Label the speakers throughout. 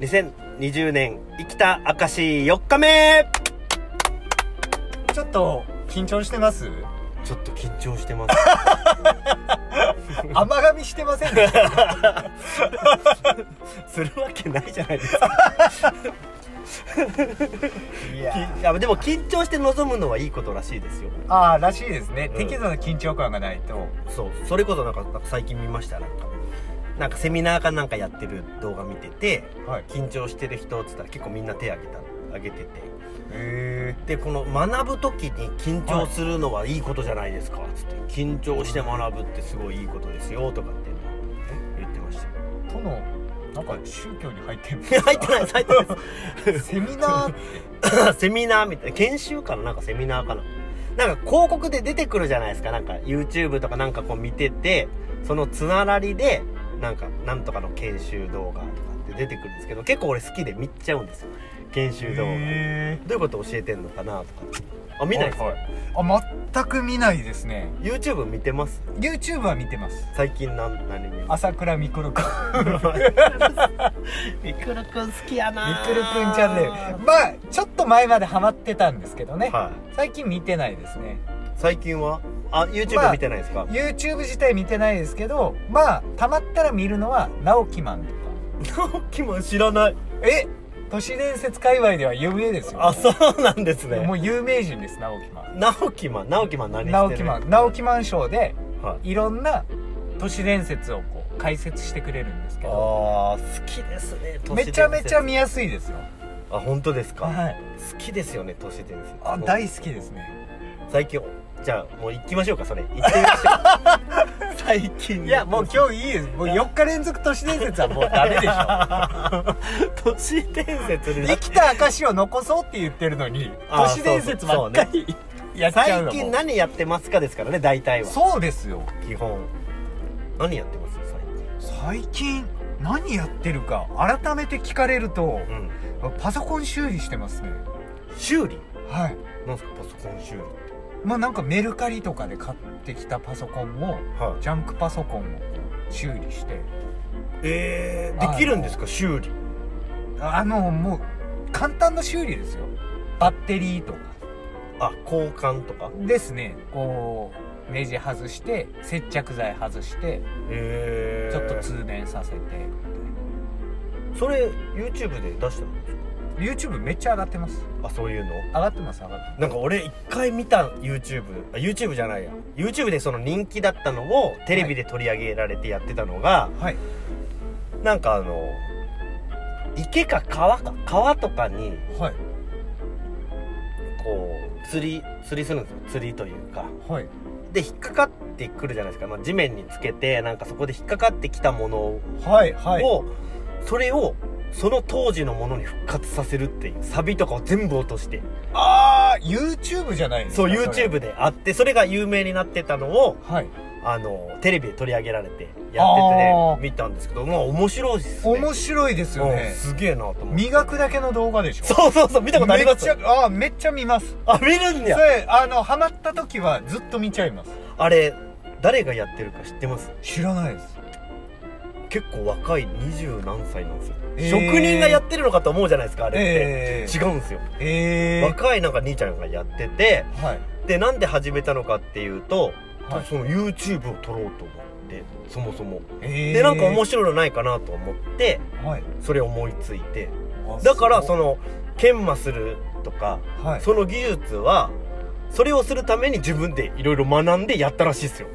Speaker 1: 2020年生きた証4日目
Speaker 2: ちょっと緊張し てます
Speaker 1: ちょっと緊張してます
Speaker 2: 甘噛みしてませんでした
Speaker 1: するわけないじゃないですか
Speaker 2: い
Speaker 1: きいやでも緊張して臨むのはいいことらしいですよ
Speaker 2: ああらしいですね、
Speaker 1: うん
Speaker 2: 適度な緊張感がないと
Speaker 1: そうそれこそなんかなんか最近見ましたなんかなんかセミナーかなんかやってる動画見てて
Speaker 2: はい
Speaker 1: 緊張してる人っつったら結構みんな手挙げた挙げてて
Speaker 2: へ
Speaker 1: でこの学ぶ時に緊張するのはいいことじゃないですかつって緊張して学ぶってすごいいいことですよとかって言ってました
Speaker 2: えとのなんか宗教に入ってるんで
Speaker 1: い
Speaker 2: す
Speaker 1: や
Speaker 2: か
Speaker 1: 入ってない入ってないで
Speaker 2: セミナー
Speaker 1: す セミナーみたいな研修かななんかセミナーかななんか広告で出てくるじゃないですかなんか YouTube とかなんかこう見ててそのつながりでなんかなんとかの研修動画とかって出てくるんですけど結構俺好きで見ちゃうんですよ研修動画どう
Speaker 2: へ
Speaker 1: いうこと 教えてんのかなとかあ見ないですか、
Speaker 2: ーあ全く見ないですね
Speaker 1: YouTube 見てます
Speaker 2: YouTube は見てます
Speaker 1: 最近なん何見ます
Speaker 2: 朝倉みくるくん
Speaker 1: みくるくん好きや
Speaker 2: み
Speaker 1: な
Speaker 2: くるくんチャンネルまあちょっと前までハマってたんですけどね、
Speaker 1: はい
Speaker 2: 最近見てないですね
Speaker 1: 最近はあ YouTube、
Speaker 2: まあ
Speaker 1: 見てないですか
Speaker 2: YouTube 自体見てないですけどまあたまったら見るのは直木マンとか
Speaker 1: 直樹も知らない
Speaker 2: え都市伝説界隈では有名ですよ
Speaker 1: あそうなんですね
Speaker 2: もう有名人です直木マン
Speaker 1: 直樹マン直樹マン何してる
Speaker 2: 直木マン直木マン賞で
Speaker 1: はい
Speaker 2: いろんな都市伝説をこう解説してくれるんですけど
Speaker 1: あー好きですね都市伝
Speaker 2: め
Speaker 1: 説
Speaker 2: ちゃめちゃ見やすいですよ
Speaker 1: あ本当ですか、
Speaker 2: はい
Speaker 1: 好きですよね都市伝説
Speaker 2: あ大好きですね
Speaker 1: 最近じゃあもう行きましょうかそれ行ってみましょう 最近
Speaker 2: いやもう今日いいですもう4日連続都市伝説はもうダメでしょ
Speaker 1: ょ 都市伝説にな
Speaker 2: 生
Speaker 1: っ
Speaker 2: きた証を残そうって言ってるのに
Speaker 1: あー
Speaker 2: 都市伝説ばっかりやっちゃう
Speaker 1: 最
Speaker 2: のも
Speaker 1: 近何やってますかですからね大体は
Speaker 2: そうですよ
Speaker 1: 基本何やってます最近
Speaker 2: 最近何やってるか改めて聞かれると
Speaker 1: うん
Speaker 2: パソコン修理してますね
Speaker 1: 修理
Speaker 2: はい
Speaker 1: なんすかパソコン修理って
Speaker 2: まあなんかメルカリとかで買ってきたパソコンを
Speaker 1: はい
Speaker 2: ジャンクパソコンを修理して
Speaker 1: え
Speaker 2: ー
Speaker 1: できるんですか修理
Speaker 2: あのもう簡単な修理ですよバッテリーとか
Speaker 1: あ交換とか
Speaker 2: ですねこうネジ外して接着剤外して
Speaker 1: え
Speaker 2: ちょっと通電させて
Speaker 1: それ YouTube で出したんです
Speaker 2: YouTube めっちゃ上がってます
Speaker 1: かあそういうの
Speaker 2: 上がってます上がって
Speaker 1: なんか俺一回見た YouTube あ YouTube じゃないや YouTube でその人気だったのをテレビで取り上げられてやってたのが、
Speaker 2: ますはい
Speaker 1: なんかあの池か川か川とかに
Speaker 2: はい
Speaker 1: こう釣り釣りするんですよ釣りというか
Speaker 2: はい
Speaker 1: で引っかかってくるじゃないですか、まあ、地面につけてなんかそこで引っかかってきたものを、
Speaker 2: はいはい
Speaker 1: それをその当時のものに復活させるっていうサビとかを全部落として
Speaker 2: ああ YouTube じゃないですか
Speaker 1: そう
Speaker 2: れ
Speaker 1: YouTube であってそれが有名になってたのを
Speaker 2: はい
Speaker 1: あのテレビで取り上げられてやってて、
Speaker 2: あー
Speaker 1: 見たんですけどまあ面白いっすね
Speaker 2: 面白いですよ
Speaker 1: うん
Speaker 2: ね
Speaker 1: すげえなと思って
Speaker 2: 磨くだけの動画でしょ
Speaker 1: そうそうそう見たことあります
Speaker 2: めっちゃあーめっちゃ見ます
Speaker 1: あ見るん
Speaker 2: そ
Speaker 1: や
Speaker 2: れあのハマった時はずっと見ちゃいます
Speaker 1: あれ誰がやってるか知ってます
Speaker 2: 知らないです
Speaker 1: 結構若い二十何歳なんですよ、
Speaker 2: えー
Speaker 1: 職人がやってるのかと思うじゃないですかあれって、
Speaker 2: え
Speaker 1: 違うんですよ
Speaker 2: えええ
Speaker 1: 若いなんか兄ちゃんがやってて
Speaker 2: はい
Speaker 1: でなんで始めたのかっていうと、
Speaker 2: はい
Speaker 1: その YouTube を撮ろうと思ってそもそも、
Speaker 2: ええ
Speaker 1: でなんか面白いのないかなと思って
Speaker 2: はい
Speaker 1: それ思いついてだからそ
Speaker 2: の
Speaker 1: の研磨するとか、
Speaker 2: はい
Speaker 1: その技術はそれをするために自分でいろいろ学んでやったらしいですよ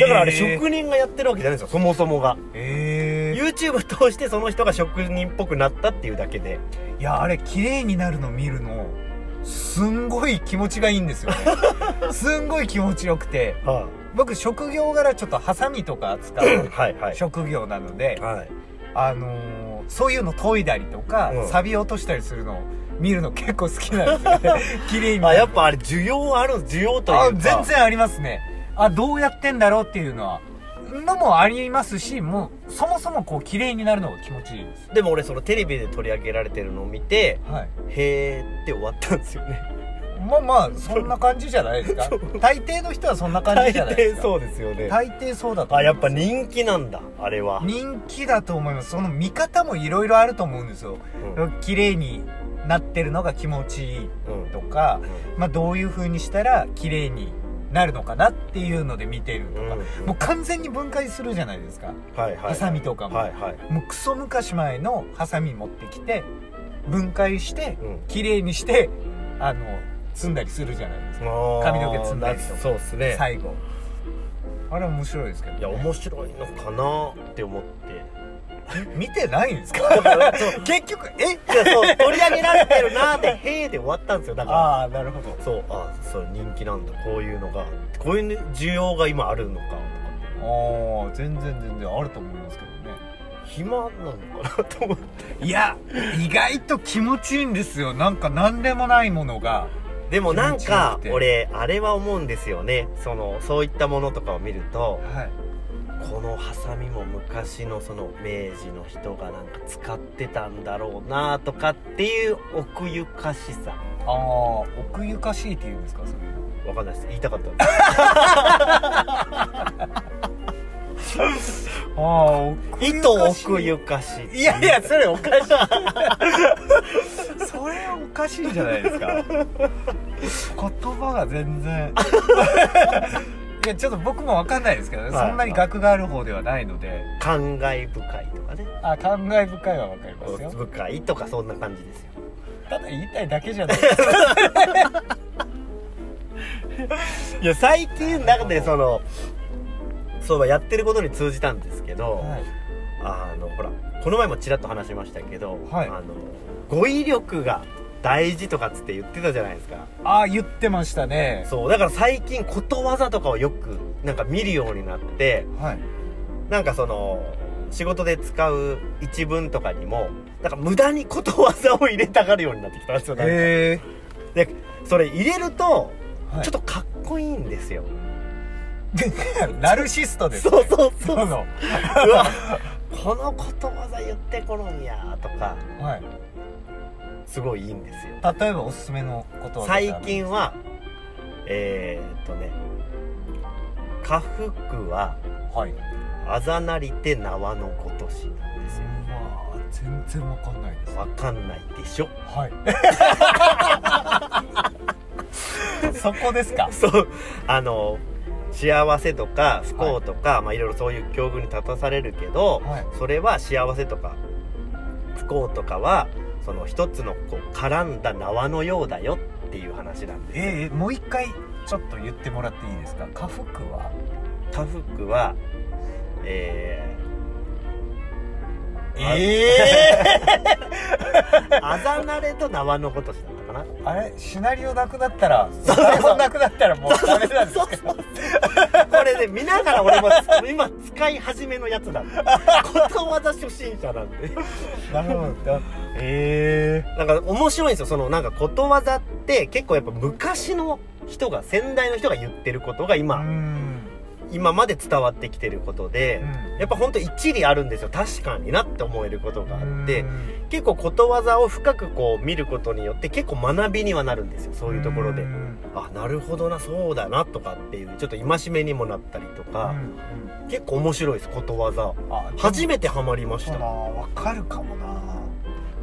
Speaker 1: だからあれ職人がやってるわけじゃないんですよそもそもが
Speaker 2: ええ
Speaker 1: YouTube を通してその人が職人っぽくなったっていうだけで
Speaker 2: いやあれ綺麗になるの見るのすんごい気持ちがいいんですよね すんごい気持ちよくて
Speaker 1: は
Speaker 2: 僕職業柄ちょっとハサミとか扱う
Speaker 1: はいはい
Speaker 2: 職業なので、
Speaker 1: はい
Speaker 2: あのーそういうの研いだりとか、
Speaker 1: うん
Speaker 2: 錆び落としたりするのを見るの結構好きなん ですよね綺麗に
Speaker 1: あやっぱあれ需要ある需要というか
Speaker 2: あ全然ありますねあどうやってんだろうっていうのはのもありますしもうそもそもこう綺麗になるのが気持ちいいです
Speaker 1: でも俺そのテレビで取り上げられてるのを見て
Speaker 2: はい
Speaker 1: へーって終わったんですよね
Speaker 2: まあまあそんな感じじゃないですか大抵の人はそんな感じ
Speaker 1: 大
Speaker 2: じゃないです
Speaker 1: 抵
Speaker 2: か
Speaker 1: そうですよね
Speaker 2: 大抵そうだと思
Speaker 1: あ
Speaker 2: いま
Speaker 1: や
Speaker 2: す
Speaker 1: っぱ人気なんだあれは、
Speaker 2: 人気だと思いますその見方もいろいろあると思うんですよ
Speaker 1: うんうん
Speaker 2: 綺麗になってるのが気持ちいいとか、まあ、どういう風にしたら綺麗になるのかなっていうので見てると
Speaker 1: うん
Speaker 2: か、もう完全に分解するじゃないですか
Speaker 1: はいはい
Speaker 2: ハサミとかも
Speaker 1: はいはい
Speaker 2: もうクソ昔前のハサミ持ってきて分解して
Speaker 1: うん
Speaker 2: 綺麗にしてあの積んだりするじゃないですか髪の毛摘んだりとか
Speaker 1: あーそうですね
Speaker 2: 最後あれ面白いですけど、ね、
Speaker 1: いや面白いのかなって思って
Speaker 2: 見てないんですか結局え
Speaker 1: いやそう取り上げられてるなー って「へーで終わったんですよだから
Speaker 2: ああなるほど
Speaker 1: そうあそう人気なんだこういうのがこういう需要が今あるのかとか
Speaker 2: ああ全然全然あると思いますけどね
Speaker 1: 暇なのかな と思って
Speaker 2: いや意外と気持ちいいんですよなんか何でもないものが
Speaker 1: でもなんか
Speaker 2: 気持ちよくて
Speaker 1: 俺あれは思うんですよねそのそういったものとかを見ると
Speaker 2: はい
Speaker 1: このハサミも昔のその明治の人がなんか使ってたんだろうなとかっていう奥ゆかしさ
Speaker 2: ああ奥ゆかしいって言うんですかそれ
Speaker 1: わかんないです言いたかった
Speaker 2: ああ奥
Speaker 1: 意図奥ゆかし
Speaker 2: いやいやそれおか
Speaker 1: い
Speaker 2: しいそれおかしいんじゃないですか言葉が全然 いやちょっと僕もわかんないですけどね、
Speaker 1: はい
Speaker 2: そんなに学がある方ではないので
Speaker 1: 感慨深いとかね
Speaker 2: あ感慨深いはわかりますよ
Speaker 1: 深いとかそんな感じですよ
Speaker 2: ただ言いたいだけじゃない ですか
Speaker 1: いや最近なんかねそのそういえばやってることに通じたんですけど、
Speaker 2: はい
Speaker 1: あのほらこの前もちらっと話しましたけど、
Speaker 2: はい
Speaker 1: あの語彙力が大事とかっつって言ってたじゃないですか
Speaker 2: ああ言ってましたね
Speaker 1: そうだから最近ことわざとかをよくなんか見るようになって
Speaker 2: はい
Speaker 1: なんかその仕事で使う一文とかにもなんか無駄にことわざを入れたがるようになってきたんですよなんか
Speaker 2: へ
Speaker 1: でそれ入れると
Speaker 2: え
Speaker 1: ちょっとかっこいいんですよ、
Speaker 2: ナルシストです、ね、
Speaker 1: そうそうそう
Speaker 2: そうそう
Speaker 1: わこのことわざ言ってこるんやとか
Speaker 2: うはい
Speaker 1: すごいいいんですよ
Speaker 2: 例えばおすすめのことは
Speaker 1: 最近はえー、っとね「家福は
Speaker 2: はいま
Speaker 1: あざなりて縄のごとし」なんですよ
Speaker 2: あ全然わかんないです
Speaker 1: わかんないでしょ
Speaker 2: はい そこですか
Speaker 1: そうあの幸せとか不幸とか、まあいろいろそういう境遇に立たされるけど、
Speaker 2: はい
Speaker 1: それは幸せとか不幸とかはその一つのこう絡んだ縄のようだよっていう話なんですよ
Speaker 2: えー、もう一回ちょっと言ってもらっていいですか家福は
Speaker 1: 家福はえ
Speaker 2: ええ
Speaker 1: ー、 あざなれと縄のことしなのかな
Speaker 2: ー、あれシナリオなくなったら台本なくなったらもうダメなんです
Speaker 1: そうそうこれね見ながら俺も 今使い始めのやつなんでことわざ初心者なんで
Speaker 2: なるほどえ
Speaker 1: なんか面白いんですよそのなんかことわざって結構やっぱ昔の人が先代の人が言ってることが
Speaker 2: え
Speaker 1: 今、
Speaker 2: うん
Speaker 1: 今まで伝わってきてることで、やっぱほんと一理あるんですよ確かになって思えることがあって、
Speaker 2: うん
Speaker 1: 結構ことわざを深くこう見ることによって結構学びにはなるんですよそういうところで、
Speaker 2: ん
Speaker 1: あなるほどなそうだなとかっていうちょっと戒めにもなったりと
Speaker 2: う
Speaker 1: か、
Speaker 2: んうん
Speaker 1: 結構面白いですことわざ
Speaker 2: あ
Speaker 1: 初
Speaker 2: め
Speaker 1: めてハマりまし
Speaker 2: そ
Speaker 1: た、
Speaker 2: うな
Speaker 1: は
Speaker 2: わかるかもな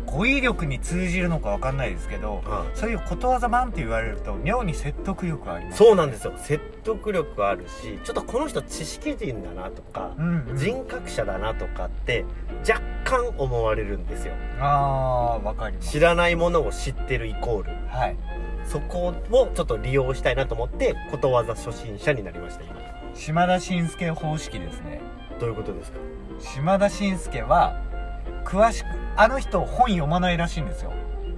Speaker 2: 語彙力に通じるのかわかんないですけど
Speaker 1: い
Speaker 2: そういうことわざ版って言われると妙に説得力あります
Speaker 1: そうなんですよ説得力あるしちょっとこの人知識人だなとか
Speaker 2: う、ん、うん、
Speaker 1: 人格者だなとかって若干思われるんですよ
Speaker 2: あーわかります
Speaker 1: 知らないものを知ってるイコール
Speaker 2: はい
Speaker 1: そこをちょっと利用したいなと思ってことわざ初心者になりました今
Speaker 2: 島田紳介方式ですね
Speaker 1: どういうことですか
Speaker 2: 島田紳介は詳しくあの人本読まないらしいんですよ、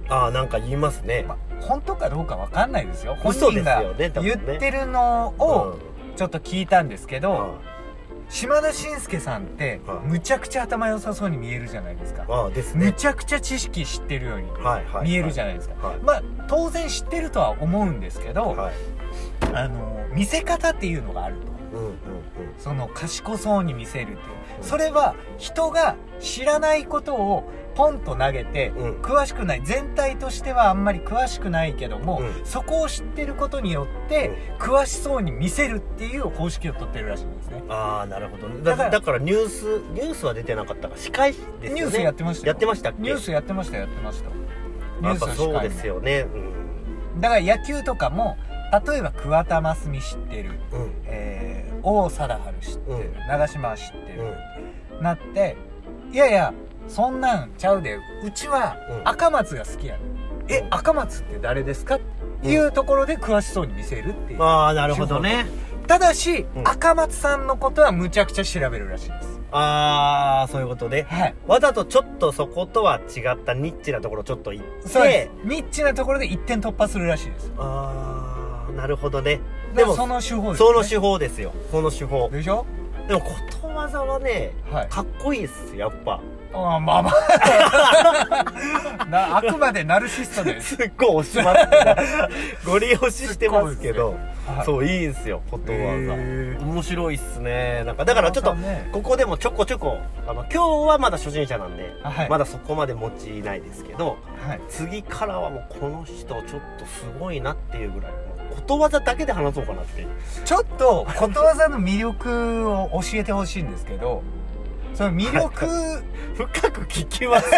Speaker 1: ああなんか言いますね
Speaker 2: ま、本当かどうかわかんないですよ本
Speaker 1: 嘘
Speaker 2: 人
Speaker 1: です
Speaker 2: が
Speaker 1: よね多分
Speaker 2: 言
Speaker 1: ね
Speaker 2: ってるのをちょっと聞いたんですけ
Speaker 1: うん
Speaker 2: ど
Speaker 1: あ
Speaker 2: 島田紳介さんって
Speaker 1: はい
Speaker 2: むちゃくちゃ頭良さそうに見えるじゃないですか
Speaker 1: あああです
Speaker 2: む
Speaker 1: ね
Speaker 2: ちゃくちゃ知識知ってるように
Speaker 1: はいはい
Speaker 2: 見えるじゃ
Speaker 1: ん
Speaker 2: ないですか、
Speaker 1: はい
Speaker 2: まあ当然知ってるとは思うんですけど、
Speaker 1: はい
Speaker 2: あの見せ方っていうのがあると
Speaker 1: うんうん
Speaker 2: その賢そうに見せるっていう
Speaker 1: うん
Speaker 2: それは人が知らないことをポンと投げて
Speaker 1: うんうん
Speaker 2: 詳しくない全体としてはあんまり詳しくないけども、
Speaker 1: うん
Speaker 2: そこを知ってることによって詳しそうに見せるっていう方式を取ってるらしいんですね
Speaker 1: ああなるほどね
Speaker 2: だ
Speaker 1: だ
Speaker 2: から
Speaker 1: だからニュースニュースは出てなかったか司会ですよね
Speaker 2: ニュースやってましたよ
Speaker 1: やってましたっけ
Speaker 2: ニュースやってましたやってましたニ
Speaker 1: や
Speaker 2: ュ
Speaker 1: っ
Speaker 2: ース
Speaker 1: ぱ
Speaker 2: の司会
Speaker 1: そう
Speaker 2: も
Speaker 1: ですよねうん
Speaker 2: だから野球とかも例えば桑田真澄知ってる、
Speaker 1: うん
Speaker 2: えー、王貞治知ってる、
Speaker 1: うん
Speaker 2: 長嶋は知って
Speaker 1: う
Speaker 2: る、
Speaker 1: ん
Speaker 2: なっていやいやそんなんちゃうでうちは
Speaker 1: うん
Speaker 2: 赤松が好きやね、ん、え赤松って誰ですかっていうところで詳しそうに見せるっていう、
Speaker 1: ああなるほどね
Speaker 2: ただし、
Speaker 1: うん
Speaker 2: 赤松さんのことはむちゃくちゃ調べるらしいです
Speaker 1: ああそういうことで
Speaker 2: はい
Speaker 1: わざとちょっとそことは違ったニッチなところちょっと行って
Speaker 2: そうですニッチなところで一点突破するらしいです
Speaker 1: ああなるほどね
Speaker 2: で
Speaker 1: で
Speaker 2: も
Speaker 1: も
Speaker 2: その手法です、ね、
Speaker 1: その手法ですよその手法
Speaker 2: でしょ
Speaker 1: でもことわざはね
Speaker 2: はい
Speaker 1: かっこいいっすやっぱ
Speaker 2: あまあまあなあくまでナルシストです、
Speaker 1: すっごい押しますけ どご利用ししてますけど
Speaker 2: は い
Speaker 1: そういいんすよことわざ
Speaker 2: へー
Speaker 1: 面白いっすねなんかだからちょっと
Speaker 2: ね
Speaker 1: ここでもちょこちょこあの今日はまだ初心者なんで
Speaker 2: あはい
Speaker 1: まだそこまで持ちないですけど
Speaker 2: はい、
Speaker 1: 次からはもうこの人ちょっとすごいなっていうぐらいもうことわざだけで話そうかなっていう
Speaker 2: ちょっとことわざの魅力を教えてほしいんですけどその魅力
Speaker 1: 深く聞きます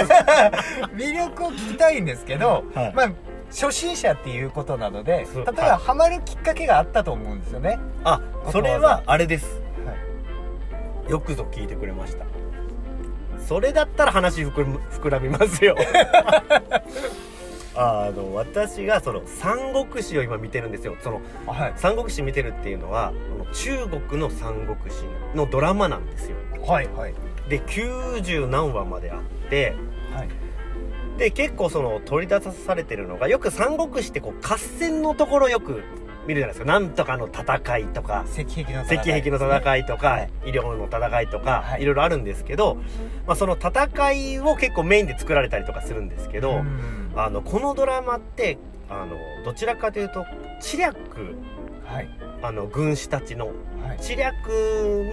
Speaker 2: 魅力を聞きたいんですけど、
Speaker 1: はい
Speaker 2: まあ初心者っていうことなので
Speaker 1: そ
Speaker 2: 例え
Speaker 1: う
Speaker 2: ばハマるきっかけがあったと思うんですよね、
Speaker 1: あそれはあれです
Speaker 2: はい
Speaker 1: よくぞ聞いてくれましたそれだったら話膨らむ膨らみます よあの私がその三国志を今見てるんですよその
Speaker 2: はい
Speaker 1: 三国志見てるっていうのはこの中国の三国志のドラマなんですよ
Speaker 2: はいはい
Speaker 1: で90何話まであって
Speaker 2: はい
Speaker 1: で結構その取り出されてるのがよく三国志ってこう合戦のところよく見るじゃないですかなんとかの戦いとか
Speaker 2: 石壁の戦い
Speaker 1: 石壁の戦いとか、
Speaker 2: はい
Speaker 1: 医療の戦いとか、
Speaker 2: はい
Speaker 1: い、ろいろあるんですけど、まあ、その戦いを結構メインで作られたりとかするんですけど、
Speaker 2: うん
Speaker 1: あのこのドラマってあのどちらかというと知略
Speaker 2: はい
Speaker 1: あの軍師たちの
Speaker 2: はい
Speaker 1: 知略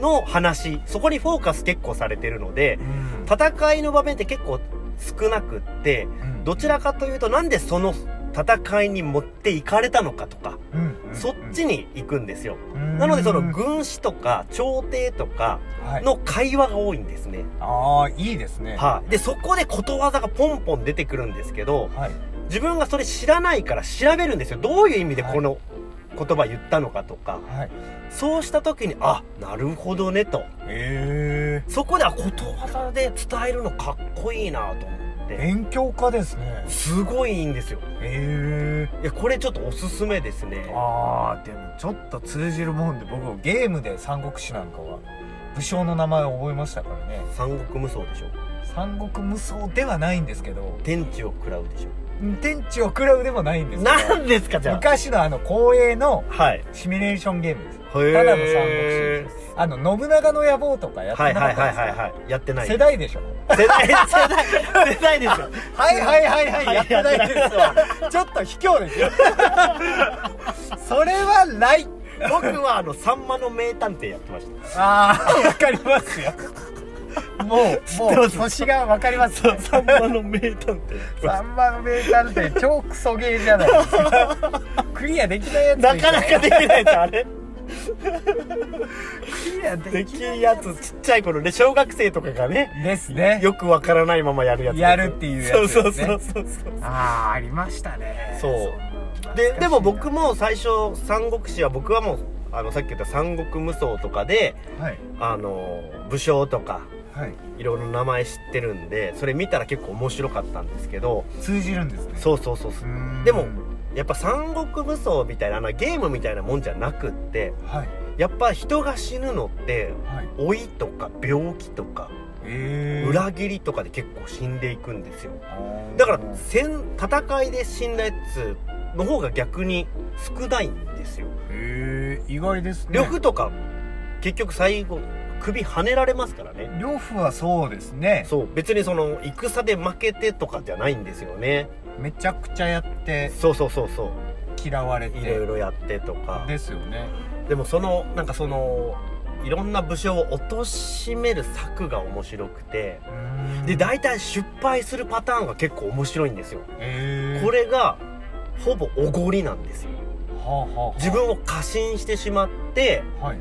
Speaker 1: の話そこにフォーカス結構されてるので
Speaker 2: うん
Speaker 1: 戦いの場面って結構少なくって
Speaker 2: うん
Speaker 1: どちらかというとなんでその戦いに持っていかれたのかとか、
Speaker 2: うん
Speaker 1: そっちに行くんですよ。
Speaker 2: うん
Speaker 1: なのでその
Speaker 2: うん
Speaker 1: 軍師とか朝廷とか
Speaker 2: はい
Speaker 1: の会話が多いんですね。
Speaker 2: ああいいですね
Speaker 1: はい、でそこでことわざがポンポン出てくるんですけど
Speaker 2: はい
Speaker 1: 自分がそれ知らないから調べるんですよどういう意味でこの言葉言ったのかとか
Speaker 2: はい
Speaker 1: そうした時にあなるほどねと
Speaker 2: え
Speaker 1: そこであことわざで伝えるのかっこいいなと思って
Speaker 2: え勉強家ですね
Speaker 1: すごいいいんですよ
Speaker 2: え
Speaker 1: いやこれちょっとおすすめですね
Speaker 2: えああでもちょっと通じるもんで僕もゲームで三国志なんかは武将の名前を覚えましたからね
Speaker 1: 三国無双でしょ
Speaker 2: 三国無双ではないんですけど
Speaker 1: 天地を食らうでしょ
Speaker 2: 天地を食らうでもないんですけど
Speaker 1: なんですかじゃ
Speaker 2: 昔のあの光栄の
Speaker 1: あはい
Speaker 2: シミュレーションゲームです
Speaker 1: ただ
Speaker 2: ただの三国志ですあの信長の野望とかやって
Speaker 1: は
Speaker 2: ないか
Speaker 1: は
Speaker 2: っ
Speaker 1: い
Speaker 2: た
Speaker 1: はい
Speaker 2: ですか
Speaker 1: はいはいやってない
Speaker 2: 世代でしょ
Speaker 1: 世代 世代世代ですよ
Speaker 2: はいはいはいはいやってないですわちょっと卑怯です よそれはない
Speaker 1: 僕はあのさんまの名探偵やってまし
Speaker 2: ああわかりますよもう
Speaker 1: って
Speaker 2: もう
Speaker 1: ます
Speaker 2: 星がわかります
Speaker 1: たさんまの名探偵
Speaker 2: サンマの名探偵超クソゲーじゃないですか クリアできないやつでしょ
Speaker 1: なかなかできないですあれ
Speaker 2: クリアで
Speaker 1: で
Speaker 2: き
Speaker 1: きるやつちっちゃい頃ね小学生とかがね
Speaker 2: ですね
Speaker 1: よくわからないままやるやつ
Speaker 2: やるっていうやつですね
Speaker 1: そうそうそうそう
Speaker 2: ああありましたね
Speaker 1: そうん
Speaker 2: なの懐かしいな
Speaker 1: ででも僕も最初三国志は僕はもうあのさっき言った三国無双とかで
Speaker 2: はい
Speaker 1: あの武将とか
Speaker 2: はい
Speaker 1: いろいろ名前知ってるんでそれ見たら結構面白かったんですけど
Speaker 2: 通じるんですね
Speaker 1: そうそうそうそう
Speaker 2: うーん
Speaker 1: でもやっぱ三国無双みたいなあのゲームみたいなもんじゃなくって
Speaker 2: はい
Speaker 1: やっぱ人が死ぬのって
Speaker 2: はい
Speaker 1: 老いとか病気とか
Speaker 2: えー
Speaker 1: 裏切りとかで結構死んでいくんですよ
Speaker 2: あー
Speaker 1: だから戦戦いで死んだやつの方が逆に少ないんですよ
Speaker 2: へえ意外ですね
Speaker 1: 呂布とか結局最後首跳ねられますからね
Speaker 2: 両夫はそうですね
Speaker 1: そう別にその戦で負けてとかじゃないんですよね
Speaker 2: めちゃくちゃやって
Speaker 1: そうそうそうそう
Speaker 2: 嫌われて
Speaker 1: いろいろやってとかで
Speaker 2: ですよね
Speaker 1: もそのなんかそのいろんな武将を貶める策が面白くてで大体失敗するパターンが結構面白いんですよ
Speaker 2: えー、
Speaker 1: これがほぼおごりなんですよ
Speaker 2: はあ、はあはあ、
Speaker 1: 自分を過信してしまって
Speaker 2: はい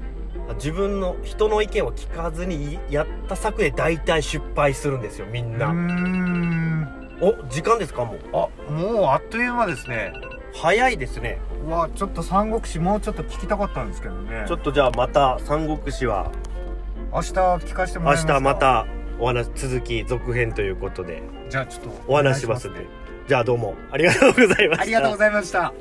Speaker 1: 自分の人の意見を聞かずにやった策で大体失敗するんですよみん
Speaker 2: うー
Speaker 1: なんお時間ですかもう
Speaker 2: あもうあっという間ですね
Speaker 1: 早いですね
Speaker 2: うわちょっと三国志もうちょっと聞きたかったんですけどね
Speaker 1: ちょっとじゃあまた三国志は
Speaker 2: 明日聞かせても
Speaker 1: 明
Speaker 2: らいますか
Speaker 1: 日またお話続き続編ということで
Speaker 2: じゃあちょっと
Speaker 1: お話ししますんでじゃあどうもありがとうございました
Speaker 2: ありがとうございました